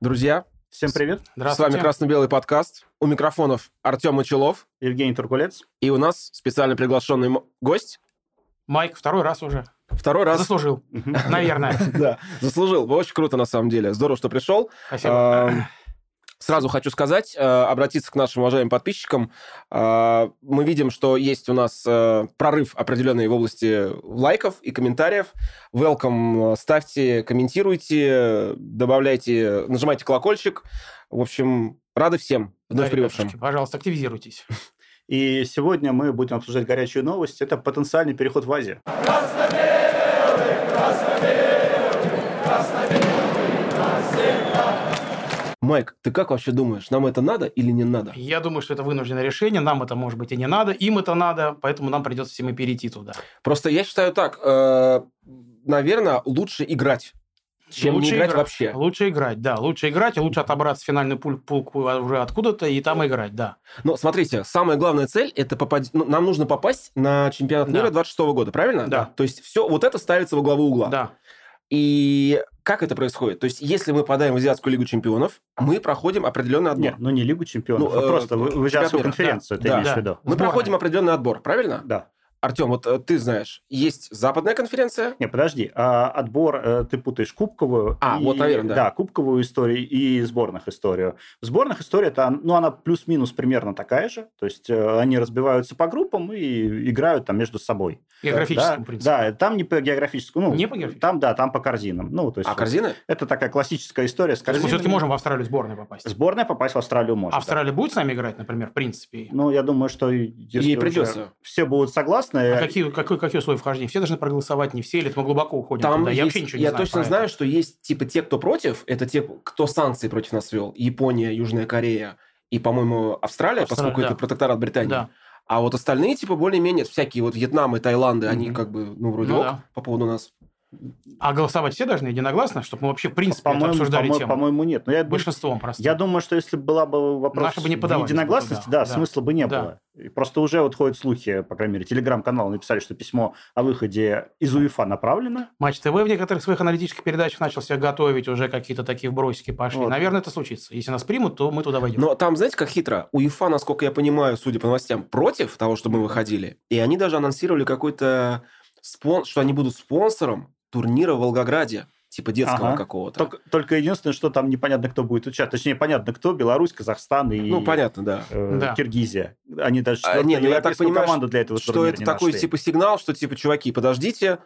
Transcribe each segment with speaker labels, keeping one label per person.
Speaker 1: Друзья,
Speaker 2: Всем привет.
Speaker 1: с вами «Красно-белый подкаст». У микрофонов Артем Мочелов.
Speaker 2: Евгений Туркулец.
Speaker 1: И у нас специально приглашенный м- гость.
Speaker 3: Майк второй раз уже.
Speaker 1: Второй раз
Speaker 3: Заслужил,
Speaker 2: Мгм.
Speaker 3: наверное.
Speaker 1: да, заслужил. Вы Очень круто, на самом деле. Здорово, что пришел.
Speaker 3: Спасибо.
Speaker 1: Эм, Сразу хочу сказать, э, обратиться к нашим уважаемым подписчикам. Э, Мы видим, что есть у нас э, прорыв определенный в области лайков и комментариев. Welcome, э, ставьте, комментируйте, добавляйте, нажимайте колокольчик. В общем, рады всем,
Speaker 3: Да,
Speaker 1: вновь прибывшим.
Speaker 3: ребятушки, Пожалуйста, активизируйтесь.
Speaker 2: И сегодня мы будем обсуждать горячую новость. Это потенциальный переход в Азию.
Speaker 1: Майк, ты как вообще думаешь, нам это надо или не надо?
Speaker 3: Я думаю, что это вынужденное решение. Нам это, может быть, и не надо. Им это надо, поэтому нам придется всем и перейти туда.
Speaker 1: Просто я считаю так, наверное, лучше играть, чем
Speaker 3: Лучше
Speaker 1: не играть
Speaker 3: игра-
Speaker 1: вообще.
Speaker 3: Лучше играть, да. Лучше играть, и лучше отобраться в финальную пуль- пулку уже откуда-то и там играть, да.
Speaker 1: Но смотрите, самая главная цель это попасть. Нам нужно попасть на чемпионат
Speaker 3: Да.
Speaker 1: мира 26 года, правильно?
Speaker 3: Да.
Speaker 1: То есть все вот это ставится во главу угла.
Speaker 3: Да.
Speaker 1: И как это происходит? То есть, если мы подаем в Азиатскую лигу чемпионов, мы проходим определенный отбор.
Speaker 2: Нет, ну не Лигу чемпионов,
Speaker 1: Ну,
Speaker 2: а
Speaker 1: э,
Speaker 2: просто вы- вы азиатскую
Speaker 1: чемпионат мира,
Speaker 2: конференцию, ты
Speaker 1: да.
Speaker 2: имеешь в
Speaker 3: Да.
Speaker 2: виду.
Speaker 1: Мы
Speaker 3: Сборная.
Speaker 1: проходим определенный отбор, правильно?
Speaker 2: Да.
Speaker 1: Артем, вот э, ты знаешь, есть западная конференция.
Speaker 2: Не, подожди, а отбор э, ты путаешь кубковую.
Speaker 1: А,
Speaker 2: и-
Speaker 1: вот, наверное, да.
Speaker 2: кубковую историю и сборных историю. В сборных история, это, ну, она плюс-минус примерно такая же. То есть э, они разбиваются по группам и играют там между собой.
Speaker 3: Географическом
Speaker 2: да,
Speaker 3: принципе.
Speaker 2: Да, там не по географическому. Ну,
Speaker 3: Не по географическому?
Speaker 2: Там, да, там по корзинам. Ну, то есть
Speaker 1: А
Speaker 2: вот
Speaker 1: корзины?
Speaker 2: это такая классическая история с
Speaker 3: То есть мы
Speaker 2: корзинами.
Speaker 3: все-таки можем в Австралию сборной попасть.
Speaker 2: Сборная попасть в Австралию может. да.
Speaker 3: Австралия будет с нами играть, например, в принципе?
Speaker 2: Ну, я думаю, что и- если
Speaker 1: Ей
Speaker 2: уже
Speaker 1: придется.
Speaker 2: все будут согласны.
Speaker 3: А какие, какой, какие условия вхождения? Все должны проголосовать, не все, или это мы глубоко уходим
Speaker 1: Там
Speaker 3: туда?
Speaker 1: есть-
Speaker 3: Я вообще ничего не
Speaker 1: я
Speaker 3: знаю.
Speaker 1: точно
Speaker 3: про
Speaker 1: знаю,
Speaker 3: это.
Speaker 1: что есть типа те, кто против, это те, кто санкции против нас вел. Япония, Южная Корея и, по-моему, Австралия,
Speaker 3: Австралия,
Speaker 1: поскольку это
Speaker 3: да.
Speaker 1: протекторат Британии.
Speaker 3: Да.
Speaker 1: А вот остальные, типа, более-менее, всякие вот Вьетнамы, Таиланды, они
Speaker 2: Мгм.
Speaker 1: как бы, ну, вроде
Speaker 3: Ну
Speaker 1: ок
Speaker 3: да.
Speaker 1: по поводу нас.
Speaker 3: А голосовать все должны единогласно, чтобы мы вообще, в принципе, это
Speaker 2: по-моему,
Speaker 3: обсуждали
Speaker 2: по-моему,
Speaker 3: тему?
Speaker 2: по-моему, нет. Но я, думаю,
Speaker 3: Большинством просто.
Speaker 2: я думаю, что если была бы вопрос
Speaker 3: Наши бы не
Speaker 2: в
Speaker 3: подавались бы
Speaker 2: единогласности,
Speaker 3: туда,
Speaker 2: да,
Speaker 3: да.
Speaker 2: смысла бы не
Speaker 3: Да.
Speaker 2: было. И просто уже вот ходят слухи, по крайней мере, телеграм-канал написали, что письмо о выходе из УЕФА направлено.
Speaker 3: Матч ТВ в некоторых своих аналитических передачах начал себя готовить, уже какие-то такие вбросики пошли.
Speaker 2: Вот. Ну,
Speaker 3: Наверное, это случится. Если нас примут, то мы туда войдем.
Speaker 1: Но там, знаете, как хитро? УЕФА, насколько я понимаю, судя по новостям, против того, чтобы мы выходили. И они даже анонсировали какой-то спон... что они будут спонсором турнира в Волгограде. Типа детского
Speaker 2: Ага.
Speaker 1: какого-то.
Speaker 2: Только, только единственное, что там непонятно, кто будет участвовать. Точнее, понятно, кто. Беларусь, Казахстан и
Speaker 1: Ну, понятно, да.
Speaker 2: э,
Speaker 3: Да.
Speaker 2: Киргизия. Они даже
Speaker 1: А, не, ну, я так
Speaker 2: европейскую
Speaker 1: понимаю,
Speaker 2: команду для этого
Speaker 1: что
Speaker 2: турнира
Speaker 1: это
Speaker 2: не
Speaker 1: такой,
Speaker 2: нашли.
Speaker 1: типа, сигнал, что, типа, чуваки, подождите,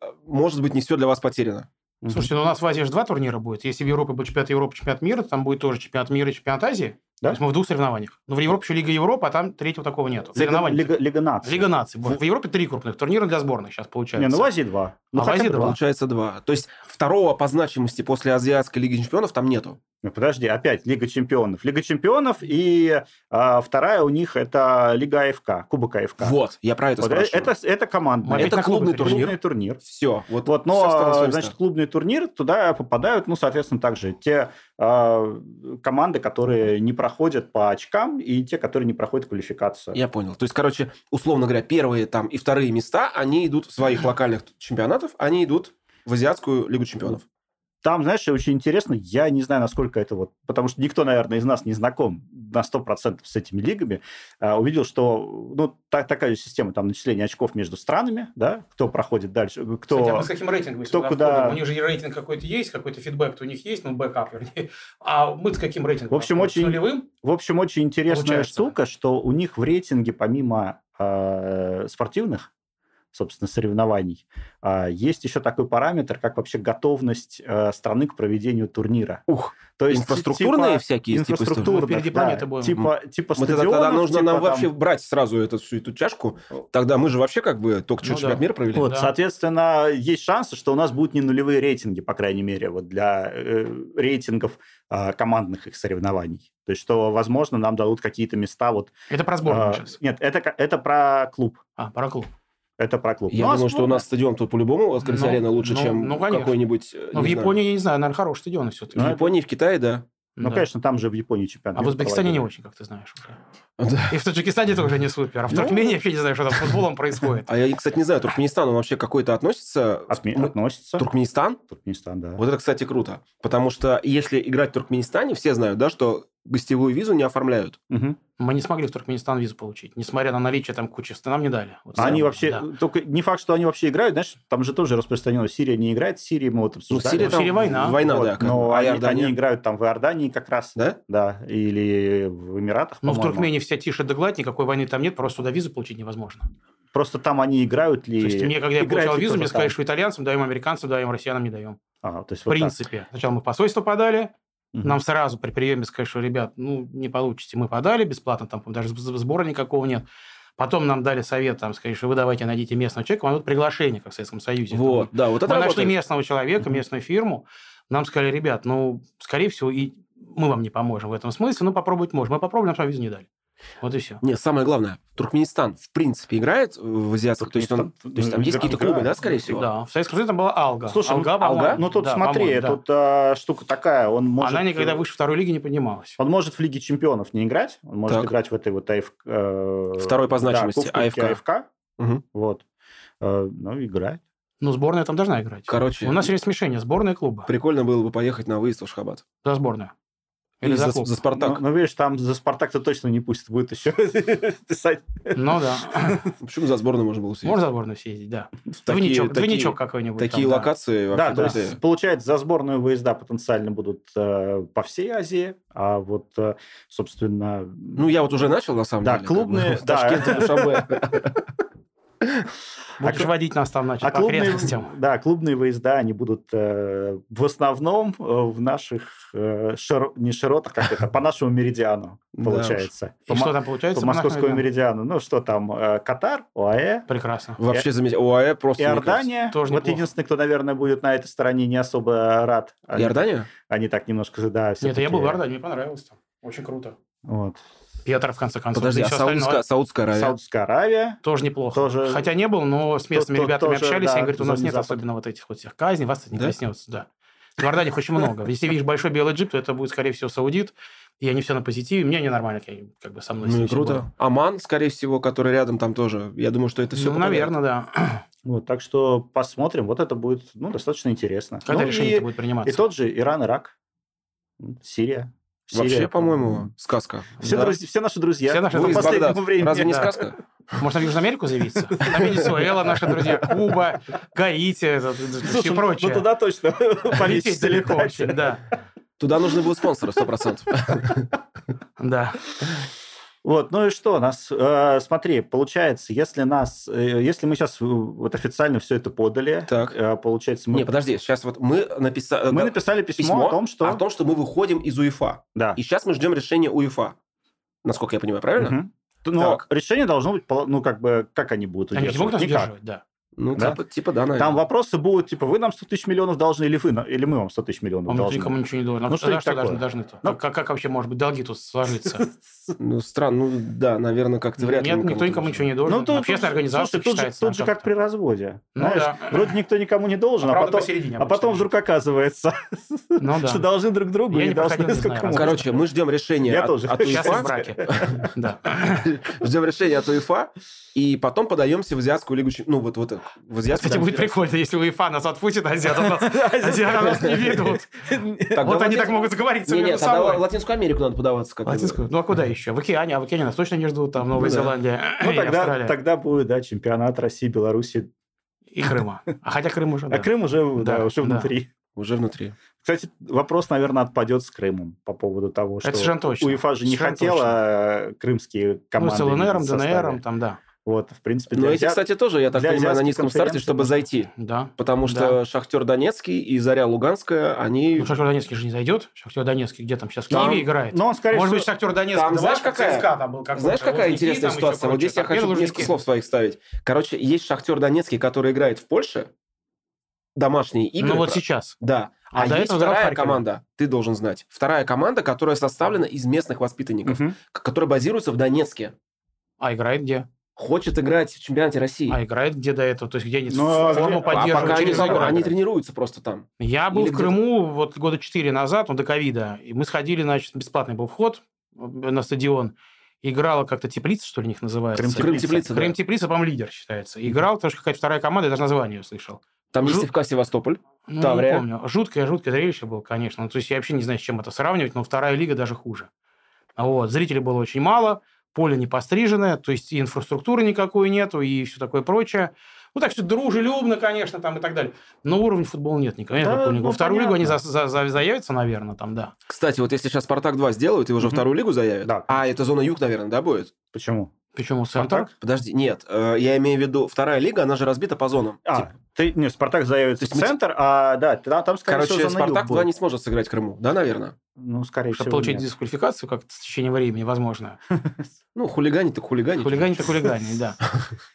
Speaker 1: э, может быть, не все для вас потеряно.
Speaker 2: Мгм.
Speaker 3: Слушайте, ну у нас в Азии же два турнира будет. Если в Европе будет чемпионат Европы, чемпионат мира, то там будет тоже чемпионат мира и чемпионат Азии.
Speaker 2: Да.
Speaker 3: То есть мы в двух соревнованиях. Но в Европе еще Лига Европы, а там третьего такого нет.
Speaker 2: Лига,
Speaker 3: Соревнований.
Speaker 2: Лига, Лига наций.
Speaker 3: Лига наций. Вот. В Европе три крупных турнира для сборных сейчас
Speaker 2: Не,
Speaker 3: получается.
Speaker 2: ну в Азии два. Ну,
Speaker 3: А в
Speaker 2: хотя бы
Speaker 3: Азии два.
Speaker 1: Получается два. То есть второго по значимости после Азиатской лиги чемпионов там нету.
Speaker 2: Ну, подожди, опять Лига чемпионов. Лига чемпионов и а, вторая у них это Лига АФК, Кубок АФК.
Speaker 1: Вот, я про это
Speaker 2: Вот, э,
Speaker 1: спрашиваю.
Speaker 2: это, это командный,
Speaker 3: Мы опять
Speaker 1: Это
Speaker 2: это
Speaker 3: на клубы
Speaker 1: клубный
Speaker 3: перешли.
Speaker 1: турнир.
Speaker 2: клубный турнир.
Speaker 1: Все. Вот,
Speaker 2: Вот,
Speaker 1: всё встало на
Speaker 2: но,
Speaker 1: свои
Speaker 2: э, значит,
Speaker 1: места.
Speaker 2: клубный турнир, туда попадают, ну, соответственно, также те а, команды, которые не проходят по очкам, и те, которые не проходят квалификацию.
Speaker 1: Я понял. То есть, короче, условно говоря, первые там и вторые места, они идут в своих локальных чемпионатов, они идут в Азиатскую лигу чемпионов.
Speaker 2: Там, знаешь, очень интересно, я не знаю, насколько это вот, потому что никто, наверное, из нас не знаком на 100% с этими лигами, А, увидел, что, ну, та- такая же система там начисления очков между странами, да, кто проходит дальше, кто...
Speaker 3: Кстати, а мы с каким рейтингом? если
Speaker 2: кто
Speaker 3: туда
Speaker 2: куда-
Speaker 3: входим? У них же рейтинг какой-то есть, какой-то фидбэк у них есть, ну, бэкап, вернее. А мы с каким рейтингом?
Speaker 2: В общем,
Speaker 3: подходим?
Speaker 2: очень-
Speaker 3: С нулевым?
Speaker 2: В общем, очень интересная
Speaker 3: Получается.
Speaker 2: штука, что у них в рейтинге помимо э, спортивных, собственно, соревнований, э, есть еще такой параметр, как вообще готовность э, страны к проведению турнира.
Speaker 1: Ух,
Speaker 2: То
Speaker 1: инфраструктурные
Speaker 2: типа,
Speaker 1: всякие ну, инфраструктуры.
Speaker 2: инфраструктурных,
Speaker 3: Впереди
Speaker 2: да,
Speaker 3: планеты будем.
Speaker 2: Типа, типа
Speaker 1: Вот это
Speaker 2: стадионов,
Speaker 1: тогда нужно
Speaker 2: типа
Speaker 1: нам
Speaker 2: там-
Speaker 1: вообще брать сразу эту всю эту чашку. Тогда мы же вообще как бы только что
Speaker 3: Ну да.
Speaker 1: чемпионат мира провели.
Speaker 2: Вот,
Speaker 3: Да.
Speaker 2: соответственно, есть шансы, что у нас будут не нулевые рейтинги, по крайней мере, вот для э, рейтингов э, командных их соревнований. То есть, что, возможно, нам дадут какие-то места вот.
Speaker 3: Это про сборную
Speaker 2: э,
Speaker 3: сейчас.
Speaker 2: нет, это ка- это про клуб,
Speaker 3: А, про клуб.
Speaker 2: это про клуб.
Speaker 1: Я
Speaker 2: Ну, а
Speaker 1: думаю, что у
Speaker 2: сборная-
Speaker 1: нас стадион тут по-любому открыть
Speaker 3: Ну,
Speaker 1: арена лучше,
Speaker 3: ну,
Speaker 1: чем
Speaker 3: ну, конечно.
Speaker 1: какой-нибудь... э,
Speaker 3: Но в
Speaker 1: не знаю,
Speaker 3: Японии, я не знаю, наверное, хороший стадион
Speaker 1: В
Speaker 3: все-таки.
Speaker 1: Японии, в Китае, да.
Speaker 2: Ну, конечно, там же в Японии чемпионат.
Speaker 3: А в
Speaker 2: мира
Speaker 3: Узбекистане не
Speaker 2: проводили.
Speaker 3: очень, как ты знаешь. уже.
Speaker 1: Да.
Speaker 3: И в Таджикистане тоже не супер. А в
Speaker 2: Ну.
Speaker 3: Туркмении вообще не знаю, что там с футболом происходит.
Speaker 1: А я, кстати, не знаю, Туркменистан, он вообще какой-то относится?
Speaker 2: Отме-
Speaker 3: Ну,
Speaker 1: Мы-
Speaker 2: Относится.
Speaker 1: Туркменистан?
Speaker 2: Туркменистан, да.
Speaker 1: Вот это, кстати, круто. Потому что если играть в Туркменистане, все знают, да, что гостевую визу не оформляют.
Speaker 2: Мгм.
Speaker 3: Мы не смогли в Туркменистан визу получить, несмотря на наличие там кучи стран, нам не дали. Вот
Speaker 2: А Они
Speaker 3: самое,
Speaker 2: вообще,
Speaker 3: да.
Speaker 2: только не факт, что они вообще играют, знаешь, там же тоже распространилось, Сирия не играет, в Сирии мы вот
Speaker 1: Ну, в
Speaker 2: обсуждали.
Speaker 1: Сирии
Speaker 3: в
Speaker 1: там
Speaker 3: Сирии война.
Speaker 1: Война,
Speaker 2: Вот,
Speaker 1: да. как бы.
Speaker 2: но
Speaker 1: а
Speaker 2: они,
Speaker 1: Иордания?
Speaker 2: они играют там в Иордании как раз,
Speaker 1: Да?
Speaker 2: да, или в Эмиратах,
Speaker 3: Ну, в
Speaker 2: по-моему.
Speaker 3: Туркмении вся тише да гладь, никакой войны там нет, просто туда визу получить невозможно.
Speaker 2: Просто там они играют ли...
Speaker 3: То есть мне, когда я
Speaker 2: играет
Speaker 3: получал
Speaker 2: ли
Speaker 3: визу,
Speaker 2: кто-то
Speaker 3: мне
Speaker 2: там?
Speaker 3: сказали, что итальянцам даем, американцам даем, россиянам не даем.
Speaker 2: А, то есть
Speaker 3: В
Speaker 2: вот так.
Speaker 3: принципе. Сначала мы в посольство подали,
Speaker 2: Мгм.
Speaker 3: нам сразу при приеме сказали, что, ребят, ну, не получите. Мы подали бесплатно, там по-моему, даже сб- сбора никакого нет. Потом нам дали совет, там, сказали, что вы давайте найдите местного человека, вам дадут приглашение, как в Советском Союзе.
Speaker 1: Вот, да, вот
Speaker 3: Мы
Speaker 1: это
Speaker 3: нашли
Speaker 1: работает.
Speaker 3: местного человека,
Speaker 2: Мгм.
Speaker 3: местную фирму. Нам сказали, ребят, ну, скорее всего, и мы вам не поможем в этом смысле, но попробовать можем. Мы попробовали, нам сразу визу не дали. Вот и все.
Speaker 1: Нет, самое главное, Туркменистан в принципе играет в азиатском, то есть, он- то
Speaker 2: Туркменистан,
Speaker 1: есть там есть
Speaker 2: играет,
Speaker 1: какие-то клубы, да,
Speaker 2: играет.
Speaker 1: скорее всего?
Speaker 3: Да, в Советском Союзе там была Алга.
Speaker 2: Слушай,
Speaker 3: Алга,
Speaker 1: Алга?
Speaker 3: по-моему,
Speaker 2: Ну, тут
Speaker 3: да,
Speaker 2: смотри,
Speaker 3: по-моему, да.
Speaker 2: тут а, штука такая, он может... э,
Speaker 3: Она никогда выше второй лиги не поднималась.
Speaker 2: Он может в Лиге Чемпионов не играть, он может
Speaker 1: Так.
Speaker 2: играть в этой вот АФК... э,
Speaker 1: Второй по значимости,
Speaker 2: да, Кубке
Speaker 1: АФК.
Speaker 2: АФК,
Speaker 1: Мгм.
Speaker 2: вот. Э, Ну, играет.
Speaker 3: Но сборная там должна играть.
Speaker 1: Короче,
Speaker 3: У нас есть смешение сборная и клуба.
Speaker 1: прикольно было бы поехать на выезд в Ашхабад.
Speaker 3: За сборную. Или,
Speaker 1: Или
Speaker 3: за,
Speaker 1: за,
Speaker 3: клуб.
Speaker 1: за
Speaker 2: Ну,
Speaker 1: Спартак.
Speaker 2: ну, видишь, там за Спартак-то точно не пустят, будет еще писать.
Speaker 3: Ну да.
Speaker 1: Почему за сборную можно было съездить?
Speaker 3: Можно за сборную съездить, да.
Speaker 1: В такие-
Speaker 3: Двойничок,
Speaker 1: такие-
Speaker 3: двойничок какой-нибудь. там,
Speaker 1: Такие
Speaker 3: да.
Speaker 1: локации
Speaker 2: Да,
Speaker 1: вообще.
Speaker 2: то
Speaker 1: Да,
Speaker 2: есть, получается, за сборную выезда потенциально будут э, по всей Азии, а вот, э, собственно...
Speaker 1: Ну, я вот уже начал, на самом
Speaker 2: Да,
Speaker 1: деле. как бы,
Speaker 2: клубные,
Speaker 1: в
Speaker 2: да.
Speaker 1: Ташкенте, Душанбе.
Speaker 3: Будешь
Speaker 2: А кл-
Speaker 3: водить нас там, значит,
Speaker 2: а
Speaker 3: по
Speaker 2: клубные,
Speaker 3: окрестностям.
Speaker 2: да, клубные выезда, они будут э, в основном э, в наших, э, широ- не широтах, как это, по нашему меридиану,
Speaker 1: Да
Speaker 2: получается.
Speaker 3: И
Speaker 2: По
Speaker 3: что
Speaker 2: мо-
Speaker 3: там получается?
Speaker 2: по московскому
Speaker 3: Монахами, да?
Speaker 2: меридиану. Ну, что там, э, Катар, ОАЭ,
Speaker 3: Прекрасно.
Speaker 1: Вообще замечательно. ОАЭ просто... мне кажется.
Speaker 2: Иордания.
Speaker 3: Тоже
Speaker 2: вот
Speaker 3: неплохо.
Speaker 2: единственный, кто, наверное, будет на этой стороне не особо рад. Они-
Speaker 1: Иордания?
Speaker 2: Они так немножко, да,
Speaker 3: Нет,
Speaker 2: всё-таки-
Speaker 3: я был в Иордании, мне понравилось там. Очень круто.
Speaker 2: Вот.
Speaker 3: Петр, в конце концов.
Speaker 1: Подожди,
Speaker 3: и
Speaker 1: а
Speaker 3: всё остальное
Speaker 1: Саудская, Саудская Аравия?
Speaker 2: Саудская Аравия.
Speaker 3: Тоже неплохо.
Speaker 2: Тоже-
Speaker 3: Хотя не был, но с местными
Speaker 2: то-
Speaker 3: ребятами
Speaker 2: тоже,
Speaker 3: общались,
Speaker 2: да,
Speaker 3: они говорят, у нас
Speaker 2: Ближний
Speaker 3: нет
Speaker 2: Запад.
Speaker 3: особенно вот этих вот всех казней, вас это не
Speaker 1: Да?
Speaker 3: коснется, да. В Иордании их очень много. Если видишь большой белый джип, то это будет, скорее всего, саудит, и они все на позитиве. Мне ненормально, как- как бы со мной.
Speaker 1: Ну и
Speaker 3: всё было.
Speaker 1: круто. Оман, скорее всего, который рядом там тоже. Я думаю, что это все...
Speaker 3: ну, наверное, да.
Speaker 2: Вот, так что посмотрим. Вот это будет ну, достаточно интересно.
Speaker 3: Когда
Speaker 2: Ну,
Speaker 3: решение
Speaker 2: и,
Speaker 3: будет
Speaker 2: и
Speaker 3: приниматься?
Speaker 2: тот же Иран, Ирак, м, Сирия.
Speaker 1: Вообще,
Speaker 2: Сирия,
Speaker 1: по-моему, сказка.
Speaker 2: Все,
Speaker 1: Да.
Speaker 2: друзья- все наши друзья.
Speaker 3: Все наши
Speaker 2: Ну,
Speaker 1: Вы
Speaker 3: друзья.
Speaker 2: в
Speaker 1: из
Speaker 2: последнее
Speaker 1: Багдада.
Speaker 2: время,
Speaker 1: Разве не
Speaker 2: да.
Speaker 1: сказка?
Speaker 3: Можно в Южную Америку заявиться? Там Венесуэла, наши друзья, Куба, Гаити
Speaker 2: Слушай,
Speaker 3: и
Speaker 2: ну,
Speaker 3: прочее.
Speaker 2: Ну, туда точно
Speaker 3: Лететь
Speaker 2: повесится
Speaker 3: далеко
Speaker 2: летать.
Speaker 3: очень, да.
Speaker 1: Туда нужны будут спонсоры, 100%.
Speaker 3: Да.
Speaker 2: Вот, ну и что, нас, э, смотри, получается, если нас, э, если мы сейчас вот официально все это подали,
Speaker 1: Так.
Speaker 2: э, получается, мы,
Speaker 1: Не, подожди, сейчас вот мы написали...
Speaker 2: мы написали письмо,
Speaker 1: письмо
Speaker 2: о том, что,
Speaker 3: А
Speaker 1: о том, что мы выходим из УЕФА.
Speaker 2: да,
Speaker 1: И сейчас мы ждем решения УЕФА. Насколько я понимаю, правильно?
Speaker 2: Мгм. Но
Speaker 1: Так.
Speaker 2: решение должно быть, поло- ну как бы, как они будут
Speaker 3: Они же
Speaker 2: удерживать?
Speaker 3: могут нас
Speaker 2: Никак.
Speaker 3: удерживать, да. А
Speaker 1: Ну,
Speaker 2: Да.
Speaker 1: типа, типа, да, наверное.
Speaker 2: Там вопросы будут, типа, вы нам 100 тысяч миллионов должны, или вы, на- или мы вам 100 тысяч миллионов
Speaker 3: Он
Speaker 2: должны.
Speaker 3: А никому ничего не должен.
Speaker 2: Ну,
Speaker 3: Ну,
Speaker 2: что-нибудь
Speaker 3: что, что
Speaker 2: такое.
Speaker 3: должны, должны то?
Speaker 2: Ну.
Speaker 3: Как, как вообще, может быть, долги тут сложиться?
Speaker 1: Ну, странно, ну, да, наверное, как-то вряд ли.
Speaker 3: Нет,
Speaker 1: мы
Speaker 3: никто
Speaker 1: кому-то
Speaker 3: никому
Speaker 1: должны.
Speaker 3: ничего не должен.
Speaker 2: Ну, тут-
Speaker 3: Общественная
Speaker 2: тут-
Speaker 3: организация
Speaker 2: слушай, тут же,
Speaker 3: считается
Speaker 2: тут
Speaker 3: там
Speaker 2: же
Speaker 3: как-то.
Speaker 2: как при разводе.
Speaker 3: Ну
Speaker 2: знаешь?
Speaker 3: да.
Speaker 2: Вроде никто никому не должен, а,
Speaker 3: правда,
Speaker 2: потом,
Speaker 3: посередине
Speaker 2: а потом
Speaker 3: обычно.
Speaker 2: вдруг оказывается,
Speaker 3: Ну да.
Speaker 2: что должны друг другу
Speaker 3: Я
Speaker 2: и
Speaker 3: не
Speaker 2: должны
Speaker 3: проходил, не знаю.
Speaker 2: сколько можно.
Speaker 1: Короче, мы ждем решения
Speaker 2: Я
Speaker 1: от,
Speaker 2: тоже.
Speaker 1: от
Speaker 3: Сейчас я в
Speaker 1: УЕФА.
Speaker 3: браке. Да.
Speaker 1: Ждем решения от УЕФА. И потом подаемся в Азиатскую лигу. Чем- Ну, вот, вот так, в Азиатскую.
Speaker 3: Кстати,
Speaker 1: да,
Speaker 3: будет прикольно, если УЕФА нас отпустит, а азиатов нас, азиатов нас не ведут.
Speaker 1: Тогда
Speaker 3: вот они
Speaker 1: Латинс-
Speaker 3: так могут заговориться
Speaker 1: Не, не,
Speaker 3: между
Speaker 1: тогда в
Speaker 3: собой.
Speaker 1: Латинскую Америку надо подаваться. Как бы.
Speaker 3: Латинскую. Ну а куда еще? В океане. А в океане нас точно не ждут. Там Новая
Speaker 1: Ну да.
Speaker 3: Зеландия
Speaker 2: Ну,
Speaker 3: и
Speaker 2: тогда,
Speaker 3: Австралия.
Speaker 2: тогда будет, да, чемпионат России, Беларуси.
Speaker 3: И Крыма. А хотя Крым уже,
Speaker 2: А
Speaker 3: да.
Speaker 2: Крым уже, да,
Speaker 3: Да,
Speaker 2: уже
Speaker 3: да.
Speaker 2: внутри.
Speaker 1: Уже внутри.
Speaker 2: Кстати, вопрос, наверное, отпадет с Крымом по поводу того, что
Speaker 3: Это совершенно точно.
Speaker 2: УЕФА же не
Speaker 3: Совершенно
Speaker 2: хотела э, крымские
Speaker 3: Ну,
Speaker 2: команды.
Speaker 3: с ЛНР,
Speaker 2: видеть в составе.
Speaker 3: ДНР, там, да.
Speaker 2: Вот, в принципе,
Speaker 1: Но
Speaker 2: для
Speaker 1: Ну, эти,
Speaker 2: азиат-
Speaker 1: кстати, тоже, я так
Speaker 2: для
Speaker 1: понимаю, на
Speaker 2: азиатской
Speaker 1: низком старте,
Speaker 2: конференции
Speaker 1: чтобы
Speaker 2: можно.
Speaker 1: зайти.
Speaker 3: Да.
Speaker 1: Потому что Шахтер Донецкий и Заря Луганская, они...
Speaker 3: Ну, Шахтер Донецкий же не зайдет. Шахтер Донецкий где там сейчас? В
Speaker 1: Там-
Speaker 3: Киеве играет.
Speaker 2: Но Ну, он, скорее
Speaker 3: Может
Speaker 2: всего...
Speaker 3: быть, Шахтер Донецк.
Speaker 1: Там,
Speaker 3: два,
Speaker 1: знаешь,
Speaker 3: как
Speaker 1: какая-
Speaker 3: ЦСКА там был какой-то.
Speaker 1: Знаешь, какая
Speaker 3: Лужники,
Speaker 1: интересная
Speaker 3: там еще
Speaker 1: ситуация? Вот
Speaker 3: прочее.
Speaker 1: здесь я
Speaker 3: Так,
Speaker 1: хочу
Speaker 3: Лужники.
Speaker 1: несколько слов своих ставить. Короче, есть Шахтер Донецкий, который играет в Польше, домашние игры.
Speaker 3: Ну, вот
Speaker 1: Про-
Speaker 3: сейчас.
Speaker 1: Да. А,
Speaker 3: А до
Speaker 1: есть
Speaker 3: этого играл в
Speaker 1: вторая
Speaker 3: Харькове.
Speaker 1: команда, ты должен знать. Вторая команда, которая составлена из местных воспитанников,
Speaker 2: Мгм.
Speaker 1: к- которая базируется в Донецке.
Speaker 3: А играет где?
Speaker 1: Хочет играть в чемпионате России.
Speaker 3: А играет где до этого? То есть Ну, где они
Speaker 2: Но-
Speaker 3: форму
Speaker 2: а
Speaker 1: А
Speaker 3: поддерживают
Speaker 1: пока они,
Speaker 3: через
Speaker 1: там-
Speaker 3: игру?
Speaker 2: играют.
Speaker 1: они тренируются просто там.
Speaker 3: Я был
Speaker 1: Или
Speaker 3: в
Speaker 1: где-то.
Speaker 3: Крыму вот года четыре назад, ну, до ковида, и мы сходили, значит, бесплатный был вход э, на стадион, играла как-то теплица, что ли, у них называется.
Speaker 2: Крым-теплица.
Speaker 1: Крым-теплица, да.
Speaker 3: Крым теплица, по-моему, лидер считается. Играл, потому что какая-то вторая команда, я даже название услышал.
Speaker 1: Там есть
Speaker 3: Жу-
Speaker 1: ФК Севастополь.
Speaker 3: Ну,
Speaker 1: Таврия.
Speaker 3: не помню. Жуткое, жуткое зрелище было, конечно. Ну, то есть я вообще не знаю, с чем это сравнивать, но вторая лига даже хуже. А Вот, зрителей было очень мало, поле не постриженное, то есть и инфраструктуры никакой нету, и все такое прочее. Ну, так все дружелюбно, конечно, там и так далее. Но уровень футбола нет никого. Нет
Speaker 2: Да,
Speaker 3: такого никакого.
Speaker 2: ну,
Speaker 3: Во вторую
Speaker 2: понятно.
Speaker 3: лигу они за- за- за- заявятся, наверное, там, да.
Speaker 1: Кстати, вот если сейчас Спартак 2 сделают и уже
Speaker 2: Мгм.
Speaker 1: вторую лигу заявят,
Speaker 2: Да.
Speaker 1: а это зона Юг, наверное, да, будет?
Speaker 2: Почему?
Speaker 3: Причем у Центра.
Speaker 2: Спартак?
Speaker 1: Подожди, нет, э, я имею в виду, вторая лига, она же разбита по зонам.
Speaker 2: А,
Speaker 1: Типа,
Speaker 2: ты, не, Спартак заявится в
Speaker 1: То есть мы-
Speaker 2: центр, а да, та- там, скорее
Speaker 1: короче,
Speaker 2: всего, зона юг
Speaker 1: Спартак 2
Speaker 2: будет.
Speaker 1: не сможет сыграть в Крыму, да, наверное?
Speaker 2: Ну, скорее
Speaker 3: Чтобы
Speaker 2: всего,
Speaker 3: получить
Speaker 2: нет.
Speaker 3: дисквалификацию как-то в течение времени, возможно.
Speaker 1: Ну, хулиганить так хулиганить.
Speaker 3: Хулиганить-то хулиганить, да.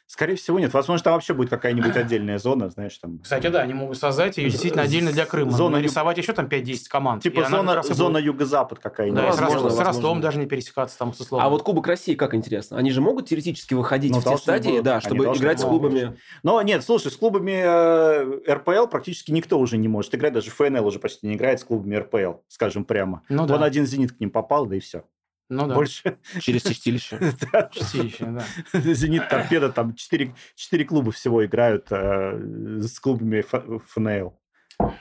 Speaker 2: Скорее всего, нет. Возможно, там вообще будет какая-нибудь отдельная зона, знаешь, там...
Speaker 3: Кстати, да, они могут создать ее действительно
Speaker 2: З-
Speaker 3: отдельно для Крыма.
Speaker 2: зона
Speaker 3: Зона нарисовать еще там 5-10 команд. и
Speaker 2: Типа
Speaker 3: она
Speaker 2: зона,
Speaker 3: как раз и
Speaker 2: зона
Speaker 3: будет-
Speaker 2: юго-запад какая-нибудь.
Speaker 3: Да, и с
Speaker 1: возможно,
Speaker 3: Ростов- с
Speaker 1: возможно.
Speaker 3: Ростовом даже не пересекаться там со словом.
Speaker 1: А вот Кубок России, как интересно, они же могут теоретически выходить
Speaker 2: Ну,
Speaker 1: в те
Speaker 2: должны
Speaker 1: стадии,
Speaker 2: будут.
Speaker 1: да,
Speaker 2: Они
Speaker 1: чтобы
Speaker 2: должны
Speaker 1: играть с
Speaker 3: будут.
Speaker 1: клубами.
Speaker 2: Но нет, слушай, с клубами э, РПЛ практически никто уже не может играть, даже ФНЛ уже почти не играет с клубами РПЛ, скажем прямо.
Speaker 3: Ну
Speaker 2: Вон
Speaker 3: да.
Speaker 2: один «Зенит» к ним попал, да и все.
Speaker 3: ну да,
Speaker 2: Больше
Speaker 1: Через чистилище.
Speaker 2: да,
Speaker 3: чистилище, да.
Speaker 2: «Зенит», «Торпеда», там четыре четыре клуба всего играют э, с клубами Ф- ФНЛ.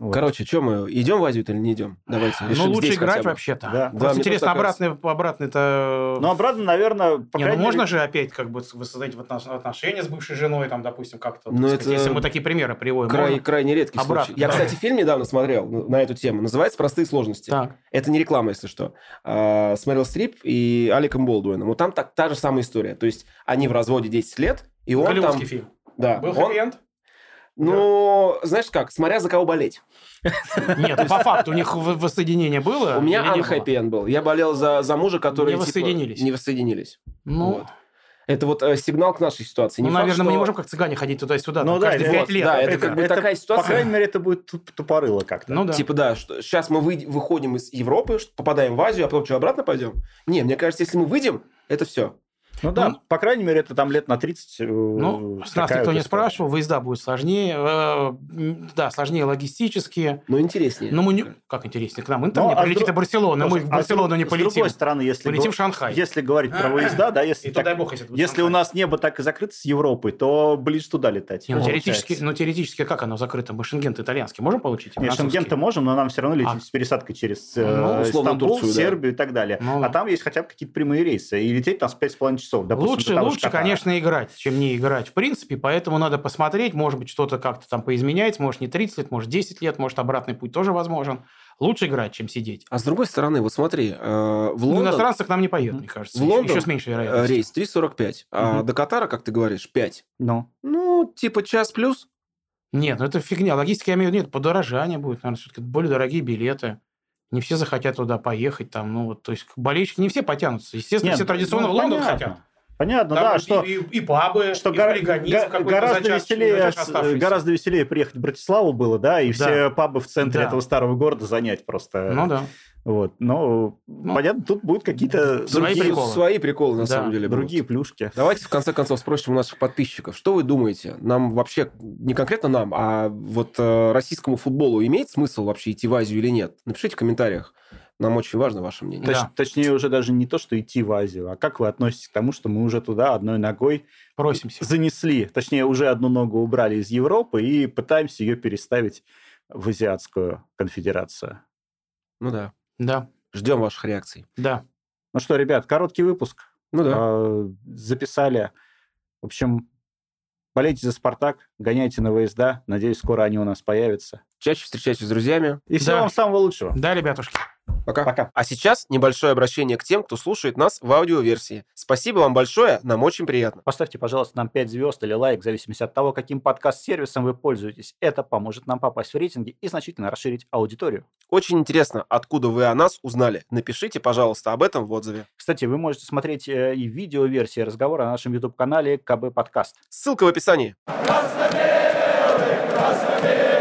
Speaker 2: Вот.
Speaker 1: Короче, что мы, идем в Азию или не идем? Давайте
Speaker 3: Ну,
Speaker 1: решим
Speaker 3: лучше
Speaker 1: здесь
Speaker 3: играть
Speaker 1: хотя бы.
Speaker 3: вообще-то.
Speaker 2: Да.
Speaker 1: Да,
Speaker 3: Просто
Speaker 1: мне тоже
Speaker 3: интересно,
Speaker 1: так
Speaker 3: обратный, обратный-то... э,
Speaker 2: Ну, обратно, наверное, по
Speaker 3: Не, ну
Speaker 2: крайней
Speaker 3: можно
Speaker 2: мере-
Speaker 3: же опять как бы воссоздать в отнош- отношения с бывшей женой, там, допустим, как-то, так
Speaker 1: Ну,
Speaker 3: сказать,
Speaker 1: это
Speaker 3: если мы такие примеры приводим.
Speaker 1: Край-
Speaker 3: можно?
Speaker 1: крайне редкий
Speaker 3: Обратно,
Speaker 1: случай. Я,
Speaker 3: да.
Speaker 1: кстати, фильм недавно смотрел на на эту тему. Называется «Простые сложности».
Speaker 3: Так.
Speaker 1: Это не реклама, если что. А, С Мэрил Стрип и Аликом Болдуином. Вот там так, та же самая история. То есть они в разводе 10 лет, и он там...
Speaker 3: Голливудский фильм.
Speaker 1: Да,
Speaker 3: Был
Speaker 1: он,
Speaker 3: хэппи-энд?
Speaker 1: ну, знаешь как, смотря за кого болеть.
Speaker 3: Нет, ну, по факту у них в- воссоединение было?
Speaker 1: У меня
Speaker 3: или не было?
Speaker 1: unhappy end был. Я болел за, за мужа, который...
Speaker 3: Не
Speaker 1: типа,
Speaker 3: воссоединились.
Speaker 1: не воссоединились.
Speaker 3: Ну,
Speaker 1: Вот. Это вот э, сигнал к нашей ситуации.
Speaker 3: ну,
Speaker 1: Не факт,
Speaker 3: наверное, мы
Speaker 1: что-
Speaker 3: не можем как цыгане ходить туда-сюда.
Speaker 2: Ну
Speaker 3: там
Speaker 2: да,
Speaker 3: каждые
Speaker 2: это-
Speaker 3: пять лет.
Speaker 1: Да, это
Speaker 2: Это-
Speaker 1: как бы
Speaker 2: это
Speaker 1: такая
Speaker 2: По
Speaker 1: ситуация.
Speaker 2: крайней мере, это будет туп- тупорыло как-то.
Speaker 3: Ну да.
Speaker 1: Типа, да, что сейчас мы выйд- выходим из Европы, что- попадаем в Азию, а потом что, обратно пойдем? Не, мне кажется, если мы выйдем, это все.
Speaker 2: Ну да,
Speaker 3: Ну,
Speaker 2: по крайней мере, это там лет на 30.
Speaker 3: Ну,
Speaker 2: Ну,
Speaker 3: с нас никто не спрашивал, выезда будут сложнее, э, м, да, сложнее логистически.
Speaker 1: Но интереснее.
Speaker 3: Но мы не... Как интереснее, к нам Интер не
Speaker 2: Ну, а с
Speaker 3: прилетит,
Speaker 2: друг-
Speaker 3: а Барселона, мы в Барселону не
Speaker 2: а С
Speaker 3: полетим.
Speaker 2: другой стороны, если,
Speaker 3: Полетим
Speaker 2: го-
Speaker 3: в Шанхай.
Speaker 2: если говорить про выезда, да, если,
Speaker 3: А, И то
Speaker 2: так-
Speaker 3: дай бог, если это будет
Speaker 2: если
Speaker 3: Шанхай.
Speaker 2: у нас небо так и закрыто с Европой, то ближе туда летать.
Speaker 3: Не, ну,
Speaker 2: получается.
Speaker 3: теоретически, ну, теоретически, как оно закрыто? Мы шенгент итальянский можем получить?
Speaker 2: Нет,
Speaker 3: Французский?
Speaker 2: Шенген-то можем, но нам все равно лететь
Speaker 3: А.
Speaker 2: с пересадкой через э,
Speaker 3: Ну,
Speaker 1: условно,
Speaker 2: Стамбул,
Speaker 1: Турцию, да.
Speaker 2: Сербию и так далее.
Speaker 3: Ну,
Speaker 2: а там есть хотя бы какие-то прямые рейсы. И лететь там с 5,5 часов. допустим, до
Speaker 3: лучше,
Speaker 2: того же
Speaker 3: лучше,
Speaker 2: Катара.
Speaker 3: конечно, играть, чем не играть, в принципе. Поэтому надо посмотреть, может быть, что-то как-то там поизменять. Может, не 30 лет, может, 10 лет, может, обратный путь тоже возможен. Лучше играть, чем сидеть.
Speaker 1: А с другой стороны, вот смотри, э, в
Speaker 3: Ну,
Speaker 1: Лондон
Speaker 3: иностранцы к нам не поедут, мне кажется.
Speaker 1: В
Speaker 3: еще-
Speaker 1: Лондон,
Speaker 3: еще с меньшей
Speaker 1: э,
Speaker 3: вероятностью.
Speaker 1: рейс 3.45, а
Speaker 2: Мгм.
Speaker 1: до Катара, как ты говоришь, 5.
Speaker 2: Ну,
Speaker 1: Ну, типа час плюс.
Speaker 3: Нет, ну это фигня. Логистика, я имею в виду, нет, подорожание будет, наверное, все-таки более дорогие билеты. Не все захотят туда поехать, там, ну вот, то есть болельщики не все потянутся. Естественно,
Speaker 2: Нет,
Speaker 3: все традиционно
Speaker 2: ну,
Speaker 3: в Лондон
Speaker 2: понятно.
Speaker 3: хотят.
Speaker 2: Понятно,
Speaker 3: Там
Speaker 2: да,
Speaker 3: и,
Speaker 2: что...
Speaker 3: и, и пабы,
Speaker 2: что
Speaker 3: и
Speaker 2: гора-
Speaker 3: хулиганизм
Speaker 2: га-
Speaker 3: какой-то за
Speaker 2: гораздо,
Speaker 3: чашечку,
Speaker 2: веселее,
Speaker 3: даже
Speaker 2: с- э,
Speaker 3: оставшийся.
Speaker 2: гораздо веселее приехать в Братиславу было, да, и
Speaker 3: Да.
Speaker 2: все пабы в центре
Speaker 3: Да.
Speaker 2: этого старого города занять просто.
Speaker 3: Ну да.
Speaker 2: Вот. Но,
Speaker 3: Ну,
Speaker 2: понятно, тут будут какие-то
Speaker 3: Свои
Speaker 2: другие,
Speaker 3: приколы.
Speaker 1: Свои приколы, на
Speaker 3: Да,
Speaker 1: самом деле, будут.
Speaker 2: другие плюшки.
Speaker 1: Давайте, в конце концов, спросим у наших подписчиков, что вы думаете? Нам вообще, не конкретно нам, а вот э, российскому футболу имеет смысл вообще идти в Азию или нет? Напишите в комментариях. Нам очень важно ваше мнение.
Speaker 3: Да.
Speaker 2: Точ- точнее, уже даже не то, что идти в Азию, а как вы относитесь к тому, что мы уже туда одной ногой
Speaker 3: Просимся.
Speaker 2: занесли, точнее, уже одну ногу убрали из Европы и пытаемся ее переставить в Азиатскую конфедерацию.
Speaker 1: Ну да.
Speaker 3: Да,
Speaker 1: Ждем ваших реакций.
Speaker 3: да.
Speaker 2: Ну что, ребят, короткий выпуск.
Speaker 1: Ну
Speaker 3: А
Speaker 1: да.
Speaker 2: Э, записали. В общем, болейте за «Спартак», гоняйте на выезда. Надеюсь, скоро они у нас появятся.
Speaker 1: Чаще встречайтесь с друзьями.
Speaker 2: И всего
Speaker 3: Да.
Speaker 2: вам самого лучшего.
Speaker 3: Да, ребятушки.
Speaker 1: Пока.
Speaker 2: Пока.
Speaker 1: А сейчас небольшое обращение к тем, кто слушает нас в аудиоверсии. Спасибо вам большое, нам очень приятно.
Speaker 2: Поставьте, пожалуйста, нам 5 звезд или лайк, в зависимости от того, каким подкаст-сервисом вы пользуетесь. Это поможет нам попасть в рейтинги и значительно расширить аудиторию.
Speaker 1: Очень интересно, откуда вы о нас узнали. Напишите, пожалуйста, об этом в отзыве.
Speaker 2: Кстати, вы можете смотреть э, и видео-версии разговора на нашем YouTube-канале КБ Подкаст.
Speaker 1: Ссылка в описании.
Speaker 4: Красно-белый, красно-белый.